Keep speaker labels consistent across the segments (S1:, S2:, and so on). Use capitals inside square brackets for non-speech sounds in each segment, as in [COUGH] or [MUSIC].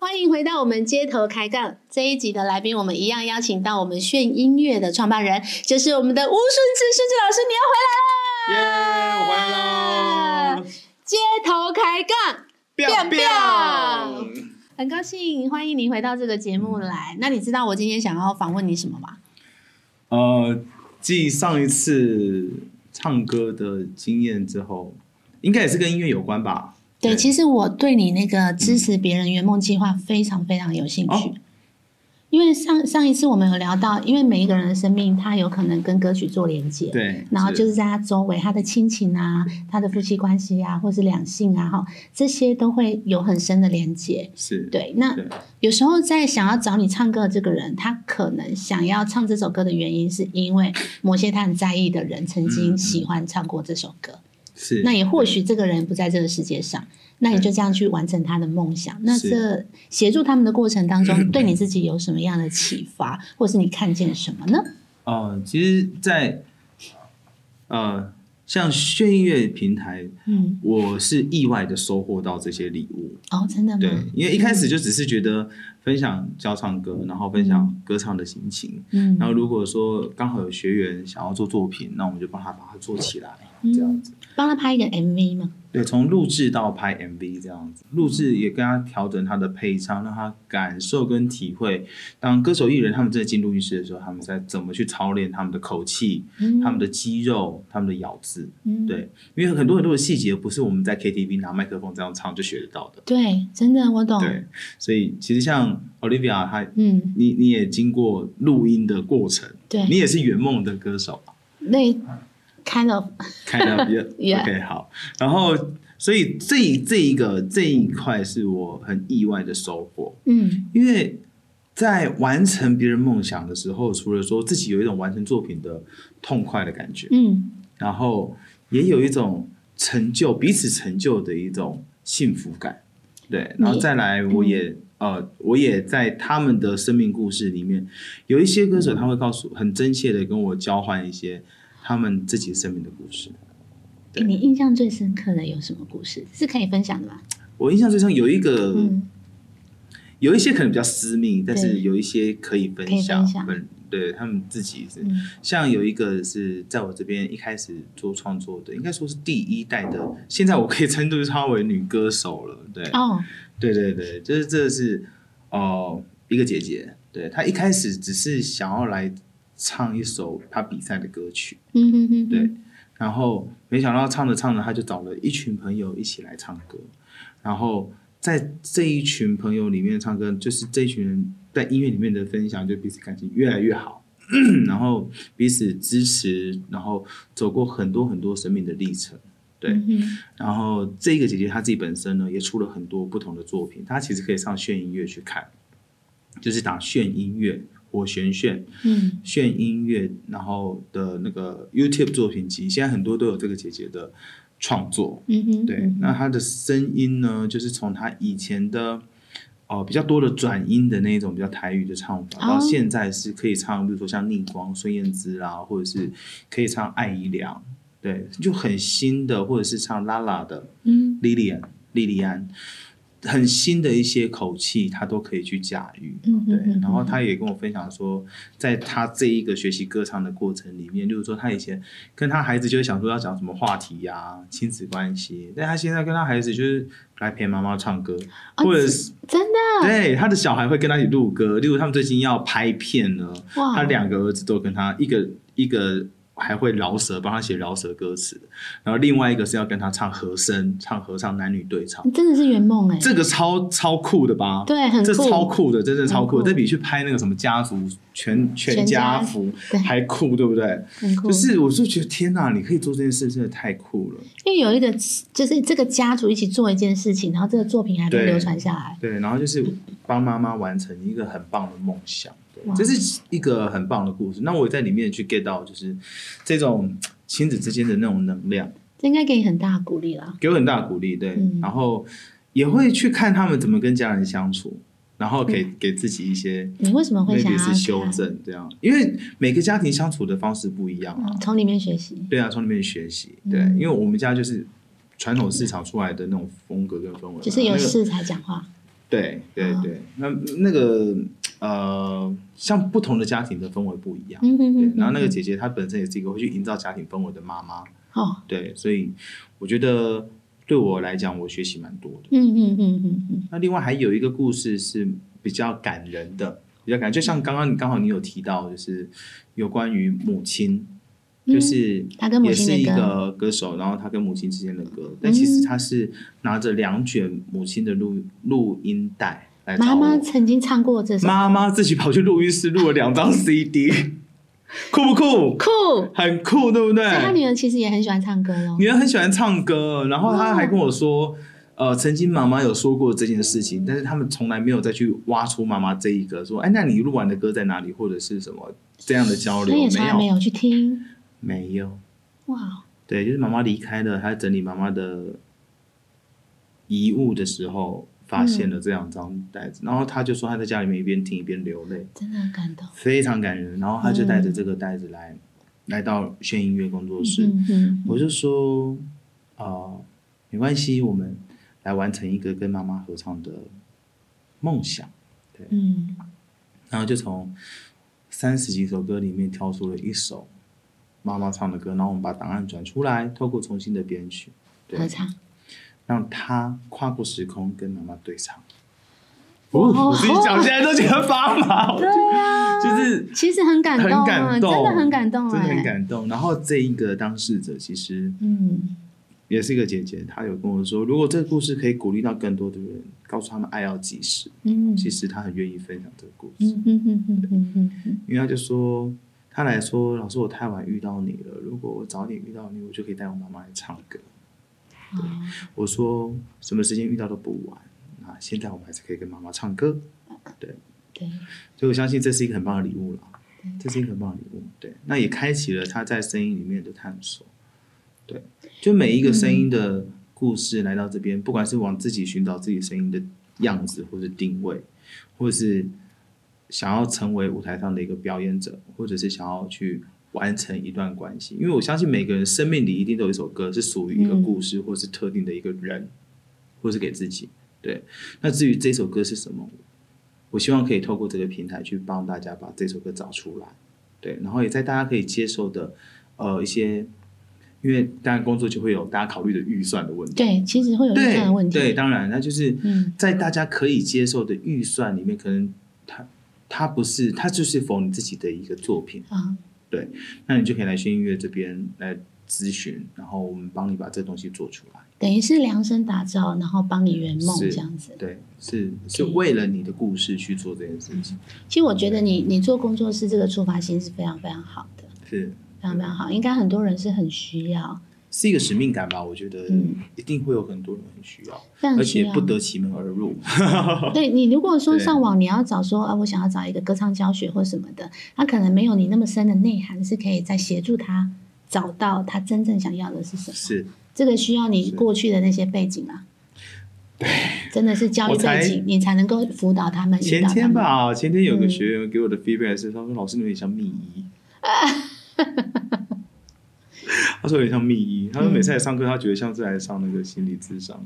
S1: 欢迎回到我们街头开杠这一集的来宾，我们一样邀请到我们炫音乐的创办人，就是我们的吴顺志顺志
S2: 耶、我回来喽！
S1: 老师，你要回来啦！街头开杠，
S2: biang
S1: 变
S2: biang
S1: 很高兴欢迎你回到这个节目来。那你知道我今天想要访问你什么吗？
S2: 呃，继上一次唱歌的经验之后，应该也是跟音乐有关吧？
S1: 对，其
S2: 实
S1: 实我对你那个支持别人圆梦计划非常非常有兴趣，
S2: 哦
S1: 因为上上一次我们有聊到，因为每一个人的生命，他有可能跟歌曲做连接，
S2: 对，
S1: 然后就是在他周围，他的亲情啊，他的夫妻关系啊，或是两性啊，哈，这些都会有很深的连接。
S2: 是
S1: 对，那
S2: 对
S1: 有时候在想要找你唱歌的这个人，他可能想要唱这首歌的原因，是因为某些他很在意的人曾经喜欢唱过这首歌。
S2: 嗯是，
S1: 那也或许这个人不在这个世界上，那你就这样去完成他的梦想。那
S2: 是
S1: 这协助他们的过程当
S2: [CLEARS THROAT]
S1: 中，对你自己有什么样的启发，或是你看见什么呢？
S2: 呃，其实在，呃，像炫音乐平台，
S1: 嗯，
S2: 我是意外的收获到这些礼物。
S1: 哦，真的吗？
S2: 对，因为一开始就只是觉得分享教唱歌，然后分享歌唱的心情。
S1: 嗯
S2: 然后如果说刚好有学员想要做作品，那我们就帮他把它做起来，
S1: 嗯
S2: 这样子。
S1: 帮他拍一个 MV 嘛。
S2: 对，从录制到拍 MV 这样子，录制也跟他调整他的配唱，让他感受跟体会，当歌手艺人他们真的进录音室的时候，他们在怎么去操练他们的口气、
S1: 嗯
S2: 他们的肌肉、他们的咬字，
S1: 嗯
S2: 对，因为很多很多的细节不是我们在 KTV 拿麦克风这样唱就学得到的，
S1: 对，真的我懂。
S2: 对，所以其实像 Olivia 她，
S1: 嗯，
S2: 你你也经过录音的过程，
S1: 对，
S2: 你也是圆梦的歌手吧。
S1: 那 kind of
S2: kind of yeah.
S1: Yeah.
S2: OK 好，然后所以这一这一个这一块是我很意外的收获，
S1: 嗯
S2: 因为在完成别人梦想的时候，除了说自己有一种完成作品的痛快的感觉，
S1: 嗯
S2: 然后也有一种成就彼此成就的一种幸福感，对，然后再来我也。呃，我也在他们的生命故事里面，有一些歌手他会告诉，很真切的跟我交换一些他们自己生命的故事。对
S1: 你印象最深刻的有什么故事是可以分享的吗？
S2: 我印象最深有一个，
S1: 嗯
S2: 有一些可能比较私密，但是
S1: 对
S2: 有一些可以分
S1: 可以
S2: 享，
S1: 分享
S2: 本对他们自己是、
S1: 嗯
S2: 像有一个是在我这边一开始做创作的，应该说是第一代的，现在我可以称之她为女歌手了，对，
S1: 哦，
S2: 对对对，就是这是哦、呃一个姐姐，对她一开始只是想要来唱一首她比赛的歌曲，
S1: 嗯嗯嗯，
S2: 对，然后没想到唱着唱着，他就找了一群朋友一起来唱歌，然后在这一群朋友里面唱歌，就是这一群人在音乐里面的分享，就彼此感情越来越好， [CLEARS THROAT] 然后彼此支持，然后走过很多很多生命的历程。对
S1: 嗯哼
S2: 然后这个姐姐她自己本身呢，也出了很多不同的作品，她其实可以上炫音乐去看，就是打炫音乐，我玄炫，
S1: 嗯
S2: 炫音乐，然后的那个 YouTube 作品集，现在很多都有这个姐姐的创作。
S1: 嗯哼，
S2: 对，
S1: 嗯哼
S2: 那她的声音呢，就是从她以前的哦、呃比较多的转音的那一种比较台语的唱法，
S1: 哦
S2: 到现在是可以唱，比如说像逆光、孙燕姿啦，或者是可以唱艾怡良，对，就很新的，或者是唱拉拉的
S1: 嗯
S2: 莉莉安、莉莉安，很新的一些口气，她都可以去驾驭。
S1: 嗯
S2: 对
S1: 嗯嗯，
S2: 然后他也跟我分享说，在他这一个学习歌唱的过程里面，例如说他以前跟他孩子就会想说要讲什么话题呀、亲子关系，但他现在跟他孩子就是来陪妈妈唱歌，
S1: 哦
S2: 或者是、
S1: 真的 [LAUGHS]
S2: 对他的小孩会跟他一起录歌，例如他们最近要拍片了，
S1: 哇，
S2: 他两个儿子都跟他一个一个还会饶舌，帮他写饶舌歌词，然后另外一个是要跟他唱和声，唱合唱男女对唱，
S1: 真的是圆梦哎，
S2: 这个超超酷的吧？
S1: 对很
S2: 这
S1: 酷
S2: 超酷的，真的超酷
S1: 很
S2: 的，
S1: 酷
S2: 这比去拍那个什么家族全全
S1: 全
S2: 家
S1: 家
S2: 福
S1: 对
S2: 还酷，对不对？
S1: 很酷，
S2: 就是我就觉得天哪，你可以做这件事，真的太酷了。
S1: 因为有一个就是这个家族一起做一件事情，然后这个作品还被
S2: 对
S1: 流传下来，
S2: 对，然后就是帮妈妈完成一个很棒的梦想。对，
S1: 哇
S2: 这是一个很棒的故事。那我也在里面去 get 到，就是这种亲子之间的那种能量，
S1: 这应该给你很大的鼓励啦。
S2: 给我很大的鼓励。对，
S1: 嗯
S2: 然后也会去看他们怎么跟家人相处，然后给、给自己一些
S1: 你为什嗯么会想
S2: maybe
S1: 要
S2: 是修
S1: 看
S2: 正这样，因为每个家庭相处的方式不一样啊。
S1: 嗯从里面学习？
S2: 对啊，从里面学习。对，
S1: 嗯
S2: 因为我们家就是传统市场出来的那种风格跟氛围嘛，
S1: 就是有
S2: 哦那个
S1: 事才讲话，
S2: 对对
S1: 啊
S2: 对，那那个呃，像不同的家庭的氛围不一样。
S1: 嗯哼
S2: 对
S1: 哼，，
S2: 然后那个姐姐她本身也是一个会去营造家庭氛围的妈妈，
S1: 哦，
S2: 对，所以我觉得对我来讲，我学习蛮多的。
S1: 嗯嗯嗯嗯嗯，
S2: 那另外还有一个故事是比较感人的，比较感人，就像刚刚你刚好你有提到，就是有关于母亲，
S1: 嗯
S2: 就是
S1: 他跟母
S2: 也
S1: 亲
S2: 是一
S1: 的歌，嗯
S2: 个歌手，然后他跟母亲之间的歌，但其实他是拿着两卷母亲的录录音带来找
S1: 妈
S2: 我。
S1: 妈曾经唱过这首，
S2: 妈妈自己跑去录音室录了两张 CD，酷不酷？
S1: 酷，
S2: 很酷，对不对？
S1: 所以他女儿其实也很喜欢唱歌咯。
S2: 女儿很喜欢唱歌，然后她
S1: 哇
S2: 还跟我说，
S1: 哦
S2: 呃，曾经妈妈有说过这件事情，但是他们从来没有再去挖出妈妈这一个，说，哎，那你录完的歌在哪里，或者是什么这样的交
S1: 所
S2: 流，
S1: 以也从来没
S2: 没有，
S1: 有去听，
S2: 没有，
S1: 哇，
S2: 对，就是妈妈离开了，她在整理妈妈的遗物的时候，发现了这两张袋
S1: 嗯
S2: 子，然后她就说她在家里面一边听一边流泪，
S1: 真的很感动。
S2: 非常感人，然后她就带着这个袋子来、来到炫音乐工作室，
S1: 嗯嗯
S2: 我就说，啊、没关系，我们来完成一个跟妈妈合唱的梦想。
S1: 嗯，
S2: 然后就从三十几首歌里面挑出了一首妈妈唱的歌，然后我们把档案转出来，透过重新的编曲，对
S1: 合，唱，
S2: 让她跨过时空跟妈妈对唱。
S1: 哇
S2: 哦，我自己讲现在都觉得发麻，
S1: 对啊，
S2: 就是
S1: 其实很感动
S2: 很
S1: 啊，
S2: 感动，
S1: 真的很感动，
S2: 真的
S1: 哎
S2: 很感动。然后这一个当事者其实
S1: 嗯，
S2: 也是一个姐姐，她有跟我说，如果这个故事可以鼓励到更多的人，告诉他们爱要及时。
S1: 嗯
S2: 其实她很愿意分享这个故事，
S1: 嗯嗯嗯嗯嗯嗯嗯，
S2: 因为她就说，她来说，老师我太晚遇到你了，如果我早点遇到你，我就可以带我妈妈来唱歌。
S1: 哦
S2: 我说什么时间遇到都不晚，那现在我们还是可以跟妈妈唱歌，
S1: 对，
S2: 所以我相信这是一个很棒的礼物了，这是一个很棒的礼物。对，那也开启了她在声音里面的探索。对，就每一个声音的故事来到这边，不管是往自己寻找自己声音的样子，或是定位，或是想要成为舞台上的一个表演者，或者是想要去完成一段关系，因为我相信每个人生命里一定都有一首歌是属于一个故事，或是特定的一个人，或是给自己。对，那至于这首歌是什么，我希望可以透过这个平台去帮大家把这首歌找出来，对，然后也在大家可以接受的呃一些，因为当然工作就会有大家考虑的预算的问题，
S1: 对，其实会有预算的问
S2: 对
S1: 题，
S2: 对，当然，那就是
S1: 嗯
S2: 在大家可以接受的预算里面，可能它它不是它就是否你自己的一个作品，
S1: 啊，
S2: 那你就可以来炫音乐这边来咨询，然后我们帮你把这东西做出来。
S1: 等于是量身打造，然后帮你圆梦
S2: 是
S1: 这样子。
S2: 对，是是
S1: OK
S2: 为了你的故事去做这件事情，
S1: 其实我觉得你你做工作室这个出发心是非常非常好的，
S2: 是
S1: 非常非常好，应该很多人是很需要，
S2: 是一个使命感吧？我觉得
S1: 嗯
S2: 一定会有很多人很需要，
S1: 非常
S2: 而
S1: 需
S2: 且
S1: 要。
S2: 不得其门而入。 [LAUGHS]
S1: 对你如果说
S2: 对
S1: 上网你要找说啊，我想要找一个歌唱教学或什么的，他可能没有你那么深的内涵，是可以再协助他找到他真正想要的是什么。
S2: 是
S1: 这个需要你
S2: 是
S1: 过去的那些背景啊，对，真的是教育
S2: 我才
S1: 背景，你才能够辅导他们。引
S2: 前
S1: 导他
S2: 天
S1: 们，
S2: 吧，前天有个
S1: 嗯
S2: 学员给我的 feedback 是，他说老师你有点像密
S1: [LAUGHS]
S2: 医。他说有点像密医，他说每次
S1: 嗯
S2: 来上课，他觉得像是来上那个心理智商。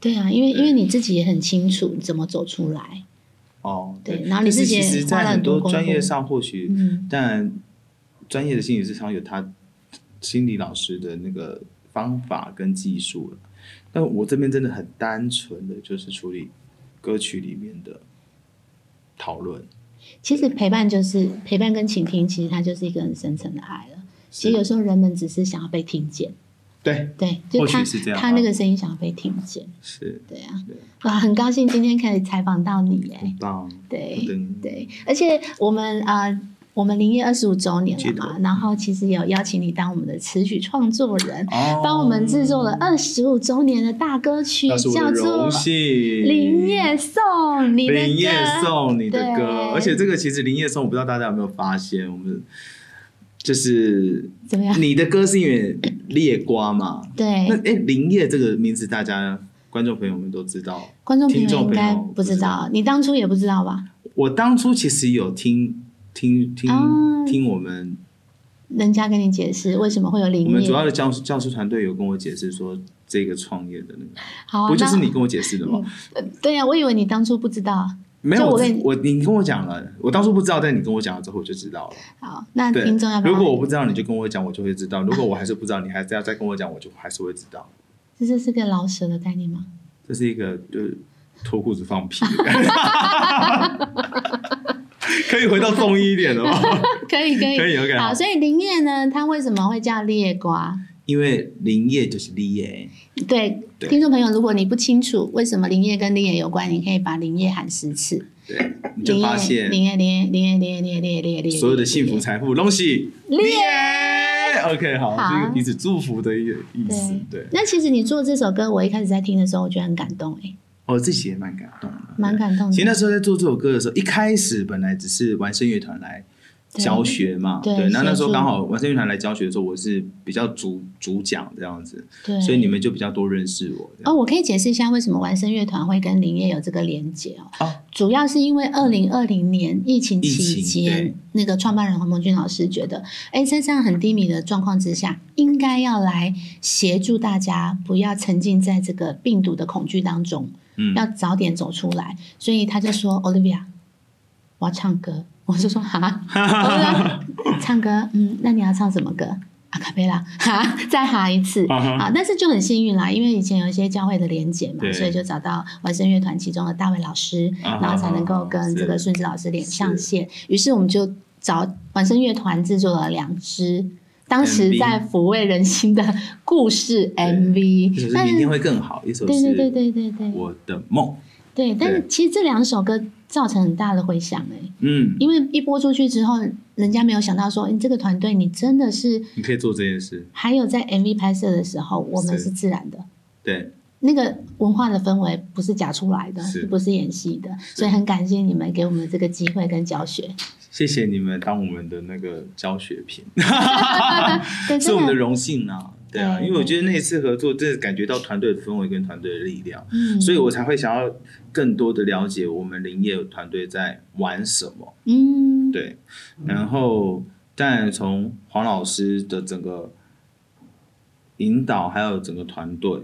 S1: 对啊，因为因
S2: 对
S1: 为你自己也很清楚你怎么走出来，
S2: 哦，
S1: 对然后你
S2: 但是
S1: 自己
S2: 其
S1: 也
S2: 实，
S1: 花
S2: 在
S1: 了
S2: 很
S1: 很多
S2: 多
S1: 功
S2: 专业
S1: 夫
S2: 上，或许
S1: 嗯，
S2: 当然专业的心理智商有他心理老师的那个方法跟技术了，但我这边真的很单纯的就是处理歌曲里面的讨论。
S1: 其实陪伴就是陪伴跟倾听，其实它就是一个很深层的爱了。其实有
S2: 是
S1: 时候人们只是想要被听见，
S2: 对，
S1: 对，就
S2: 或
S1: 他
S2: 许是这样吧
S1: 他那个声音想要被听见，
S2: 是
S1: 对啊
S2: 对，
S1: 哇，很高兴今天可以采访到你耶，
S2: 很棒，
S1: 对
S2: 噔
S1: 对，而且我们啊。呃我们零业二十五周年了
S2: 记得
S1: 嘛，然后其实有邀请你当我们的词曲创作人，
S2: 哦
S1: 帮我们制作了二十五周年的大歌曲，
S2: 那是我
S1: 叫
S2: 的
S1: 做
S2: 荣
S1: 《
S2: 幸。
S1: 林夜送》你的歌。
S2: 林夜送你的歌，
S1: 对
S2: 而且这个其实林夜送，我不知道大家有没有发现，我们就是
S1: 怎么样？
S2: 你的歌是因为列瓜嘛？
S1: 对
S2: 那，哎、林夜这个名字，大家观众朋友们都知道。
S1: 观众朋
S2: 听
S1: 友
S2: 众
S1: 应
S2: 朋
S1: 该
S2: 友
S1: 不
S2: 不
S1: 知
S2: 知
S1: 道
S2: 道，
S1: 你当初也不知道吧？
S2: 我当初其实有听听听、
S1: 哦
S2: 听我们
S1: 人家跟你解释为什么会有
S2: 我
S1: 林
S2: 们主要
S1: 业。
S2: 的教教师团队有跟我解释说这个创业的那个，
S1: 好啊，
S2: 不就是
S1: 那呃
S2: 你跟我解释的吗？
S1: 对啊呀、我以为你当初不知道。
S2: 没有，
S1: 就我
S2: 我
S1: 跟你
S2: 我你跟我讲了，我当初不知道，但你跟我讲了之后我就知道了。
S1: 好，那
S2: 对
S1: 听众要，不要？
S2: 如果我不知道，你就跟我讲，我就会知道；如果我还是不知道，你还是要再跟我讲，我就还是会知道。
S1: 这是是个老舍的概
S2: [LAUGHS]
S1: 念吗？
S2: 这是一个就是脱裤子放
S1: [LAUGHS]
S2: 屁，可以回到中医一点了吗？
S1: [LAUGHS] 可以，可以，
S2: 可以，OK，
S1: 好，
S2: 好
S1: 所以林业呢，它为什么会叫裂瓜？
S2: 因为林业就是立业，
S1: 对，
S2: 对
S1: 听众朋友，如果你不清楚为什么林业跟裂有关，你可以把林业喊十次，
S2: 对，你就发现
S1: 林业，林业，林业，林业，林业，林业，林业，林业
S2: 所有的幸福财富东西
S1: 立业
S2: 立业。OK，好，
S1: 好
S2: 这个彼此祝福的一个意思。对，
S1: 那其实你做这首歌，我一开始在听的时候，我觉得很感动、欸，
S2: 我哦自己也蛮感动的，
S1: 蛮感动
S2: 其实那
S1: 的。
S2: 时候在做这首歌的时候，一开始本来只是玩声乐团来教学嘛，
S1: 对
S2: 对。那
S1: 协
S2: 那时候
S1: 助
S2: 刚好玩声乐团来教学的时候，我是比较主主讲这样子，
S1: 对，
S2: 所以你们就比较多认识我。这样
S1: 哦，我可以解释一下为什么玩声乐团会跟林业有这个连接哦。
S2: 哦
S1: 主要是因为二零二零年疫情期
S2: 疫情
S1: 间
S2: 对，
S1: 那个创办人黄鹏军老师觉得，哎，在这样很低迷的状况之下，应该要来协助大家，不要沉浸在这个病毒的恐惧当中，
S2: 嗯，
S1: 要早点走出来。所以他就说，Olivia，我要唱歌。 [LAUGHS] 我就说哈，
S2: [LAUGHS]
S1: 我说唱歌，嗯，那你要唱什么歌？阿卡贝拉， [LAUGHS] 哈，再哈一次，
S2: 啊哈
S1: 啊，但是就很幸运啦，因为以前有一些教会的连结嘛，
S2: 对
S1: 所以就找到完声乐团其中的大卫老师，
S2: 啊哈
S1: 然后才能够跟
S2: 是
S1: 这个顺子老师连上线。于是我们就找完声乐团制作了两支，当时
S2: MV
S1: 在抚慰人心的故事 MV，
S2: 一首是
S1: 但
S2: 明天
S1: 是
S2: 会更好，一首
S1: 对对对
S2: 是
S1: 对对对
S2: 我的梦，
S1: 对，但是其实这两首歌造成很大的回响哎、
S2: 嗯，
S1: 因为一播出去之后，人家没有想到说，你这个团队你真的是
S2: 你可以做这件事，
S1: 还有在 MV 拍摄的时候，我们
S2: 是
S1: 是自然的。
S2: 对，
S1: 那个文化的氛围不是假出来的，
S2: 是
S1: 不是演戏的，所以很感谢你们给我们这个机会跟教学。
S2: 谢谢你们当我们的那个教学品，是我们的
S1: 对，哎真的，
S2: 荣幸啊。对啊，
S1: 对
S2: 因为我觉得那一次合作，真的感觉到团队的氛围跟团队的力量。
S1: 嗯
S2: 所以我才会想要更多的了解我们林业团队在玩什么。
S1: 嗯，
S2: 对，然后但从黄老师的整个引导，还有整个团队，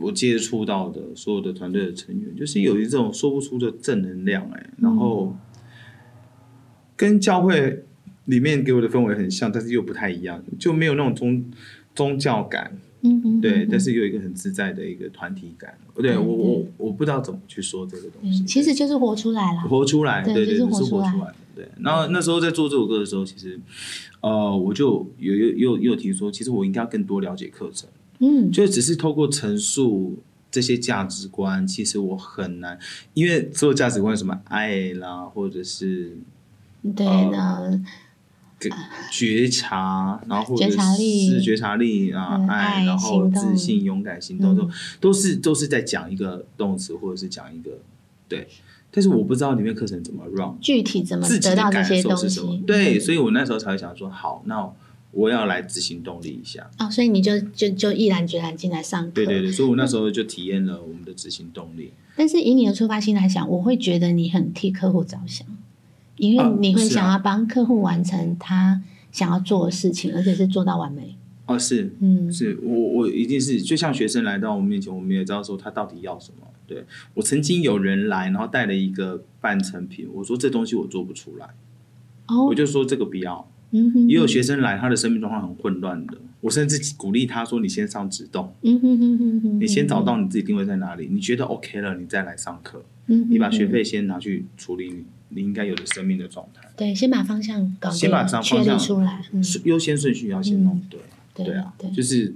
S2: 我接触到的所有的团队的成员，就是有一种说不出的正能量哎、然后跟教会里面给我的氛围很像，但是又不太一样，就没有那种宗宗教感，
S1: 嗯嗯，
S2: 对，
S1: 嗯
S2: 但是有一个很自在的一个团体感。对我我我不知道怎么去说这个东西，
S1: 嗯其实就是活出来了。
S2: 活出来，
S1: 对
S2: 对
S1: 就
S2: 对，
S1: 是
S2: 是
S1: 活
S2: 活
S1: 出
S2: 出来
S1: 来
S2: 的。对，然后那时候在做这首歌的时候，其实呃，我就有有有有提说，其实我应该要更多了解课程，
S1: 嗯，
S2: 就只是透过陈述。这些价值观其实我很难，因为所有价值观什么爱啦，或者是
S1: 对
S2: 呃
S1: 呢，
S2: 觉察，然后或者
S1: 觉察力
S2: 是觉察力啊
S1: 嗯，爱
S2: 爱，然后
S1: 行动嗯
S2: 自信、勇敢、行动，都都是都是在讲一个动词，或者是讲一个对。但是我不知道里面课程怎么 run，
S1: 具体怎么
S2: 自己
S1: 得
S2: 的
S1: 到这
S2: 感
S1: 些
S2: 受
S1: 东
S2: 是什么
S1: 西？？嗯
S2: 对，所以我那时候才会想说，好，那我要来执行动力一下。
S1: 哦，所以你就就就毅然决然进来上课。
S2: 对对对，所以我那时候就体验了我们的执行动力。
S1: 但是以你的出发心来想，我会觉得你很替客户着想，因为
S2: 啊
S1: 你会
S2: 是啊
S1: 想要帮客户完成他想要做的事情，而且是做到完美。
S2: 哦，是
S1: 嗯，
S2: 是我我一定是，就像学生来到我面前，我们也知道说他到底要什么。对我曾经有人来，然后带了一个半成品，我说这东西我做不出来，
S1: 哦
S2: 我，就说这个不要。
S1: 嗯哼，
S2: 也有学生来，他的生命状况很混乱的，我甚至鼓励他说：“你先上指动，
S1: 嗯哼哼哼哼，
S2: 你先找到你自己定位在哪里，你觉得 OK 了，你再来上课。
S1: 嗯，嗯
S2: 你把学。费先拿去处理你你应该有的生命的状态
S1: 嗯，对，先把方向搞定，
S2: 先把方
S1: 确立
S2: 向
S1: 出来。嗯，
S2: 是优先顺序要先弄对。对啊，
S1: 对，
S2: 就是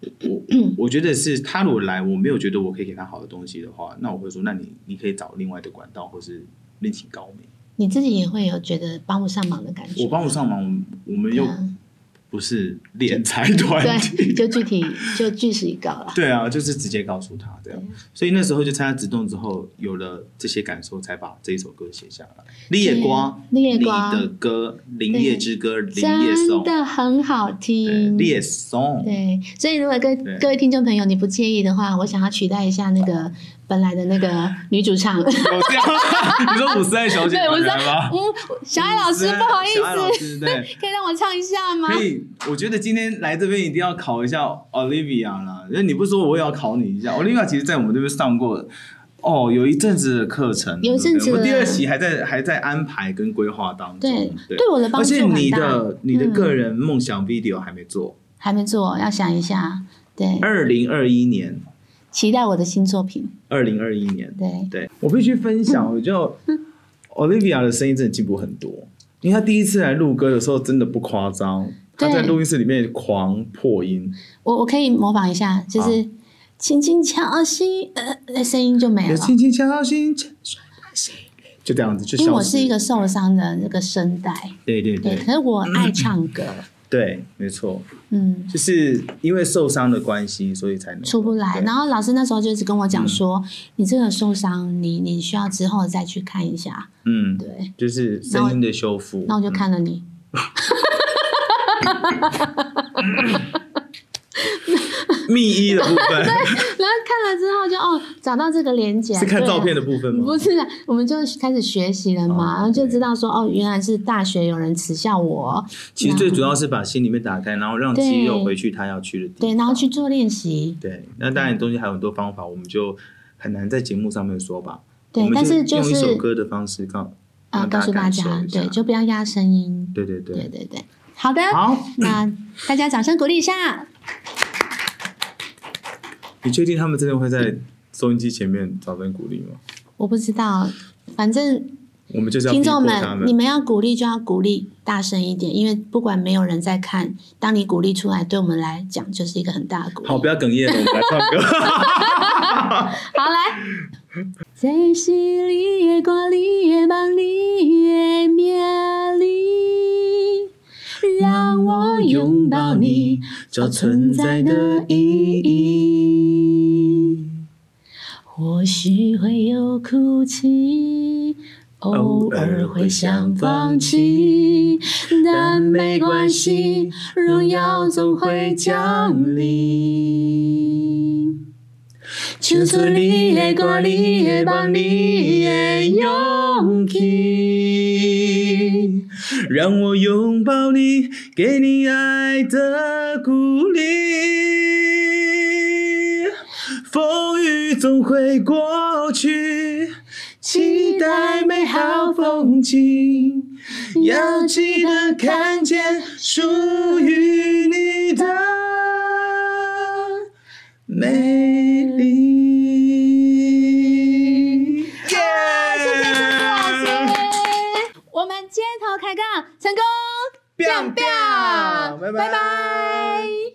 S1: [CLEARS THROAT]
S2: 我我觉得是他如果来，我没有觉得我可以给他好的东西的话，那我会说，那你你可以找另外的管道，或是另请高明。
S1: 你自己也会有觉得帮不上忙的感觉。
S2: 我帮不上忙，我们我们
S1: 对
S2: 又
S1: 啊
S2: 不是敛财团体， [LAUGHS]
S1: 对，就具体就据实以告了。
S2: 对啊，就是直接告诉他这样。所以那时候就参加直动之后，有了这些感受，才把这一首歌写下来。立
S1: 对
S2: 野瓜，
S1: 立野
S2: 你
S1: 瓜
S2: 的歌《林业之歌》《林业
S1: 真
S2: 颂》
S1: 的很好
S2: 对，
S1: 听。
S2: 立野颂，
S1: 对，所以如果各
S2: 对
S1: 各位听众朋友你不介意的话，我想要取代一下那
S2: [LAUGHS]
S1: 个本来的那个女主唱。
S2: 有哦这样？ [LAUGHS] 你说五十二小姐
S1: 对，我
S2: 本
S1: 说，
S2: 人吗？
S1: 嗯，小爱老师，不好意
S2: 小爱老
S1: 思，
S2: 师，
S1: [LAUGHS]
S2: 对。
S1: 可以让我唱一下吗？
S2: 可以，我觉得今天来这边一定要考一下 Olivia 啦，因为你不说我也要考你一下。Olivia 其实在我们这边上过，哦，有一阵子的课程，
S1: 有一阵子
S2: 对不对我们第
S1: 了
S2: 二期还在还在安排跟规划当中，
S1: 对
S2: 对，，
S1: 对我的帮
S2: 而
S1: 助
S2: 且
S1: 很大。
S2: 你的你的
S1: 嗯
S2: 个人梦想 video 还没做，
S1: 还没做，要想一下。对，
S2: 二零二一年，
S1: 期待我的新作品。
S2: 二零二一年，
S1: 对，
S2: 对我必须分
S1: 嗯
S2: 享，我就 Olivia 的声音真的进步很多。因为她第一次来录歌的时候，真的不夸张，她在
S1: 对
S2: 录音室里面狂破音，
S1: 我我可以模仿一下，就是轻轻敲心，呃，呃声音就没
S2: 也
S1: 了。
S2: 轻轻敲醒沉睡的心灵，就这样子就消失。
S1: 因为我是一个受伤的那个声带，
S2: 对对
S1: 对，
S2: 对
S1: 可是我爱唱歌，
S2: [LAUGHS] 对，没错，
S1: 嗯，
S2: 就是因为受伤的关系，所以才能
S1: 出不来。
S2: 对嗯
S1: 然后老师那时候就一直跟我讲说，你这个受伤，你你需要之后再去看一下。
S2: 嗯，
S1: 对，
S2: 就是声音的修复。
S1: 那我就
S2: 嗯
S1: 看了你。
S2: 嗯密医
S1: [LAUGHS]
S2: 的部分，
S1: 然后看了之后就哦，找到这个连接，
S2: 是看照片
S1: 的。
S2: 的部分吗
S1: 啊不？是啊，我们就开始学习了嘛，
S2: 哦
S1: 然后就知道说哦，原来是大学有人耻笑我，
S2: 其实最主要是把心里面打开，然后让肌肉
S1: 对
S2: 回去它要去的地方。
S1: 对，然后去做练习，
S2: 对，那当然中间还有很多方法，我们就很难在节目上面说吧。我
S1: 对，
S2: 们
S1: 但是就
S2: 用一首
S1: 是
S2: 歌的方式告
S1: 啊、
S2: 让
S1: 告诉
S2: 哦
S1: 大
S2: 大家
S1: 家，
S2: 感受一下
S1: 对，就不要压声音，
S2: 对对对
S1: 对对对，好的，
S2: 好，
S1: 那大家掌声鼓励一下，
S2: 你确定他们真的会在收音机前面掌声鼓励吗？
S1: 我不知道，反正
S2: 我们就是要逼
S1: 听众
S2: 迫他
S1: 们，你们要鼓励就要鼓励大声一点，因为不管没有人在看，当你鼓励出来，对我们来讲就是一个很大的鼓励。
S2: 好，不要哽咽了，我们来唱歌。
S1: 好来。这是你的歌，你的梦，你的名字， [LAUGHS] 让我
S2: [LAUGHS]
S1: 拥抱你，
S2: 找存在的意义。
S1: 或许会有哭泣，偶尔会想放弃，但没关
S2: [LAUGHS]
S1: 系，荣耀总会降临。唱出你的歌，你的梦，你的勇气。
S2: 让我拥抱你，给你爱的鼓励。风雨总会过去，期待美好风景。要记得看见属于你的美丽。耶！
S1: 我们街头开杠成功，
S2: biang biang，拜拜
S1: 拜拜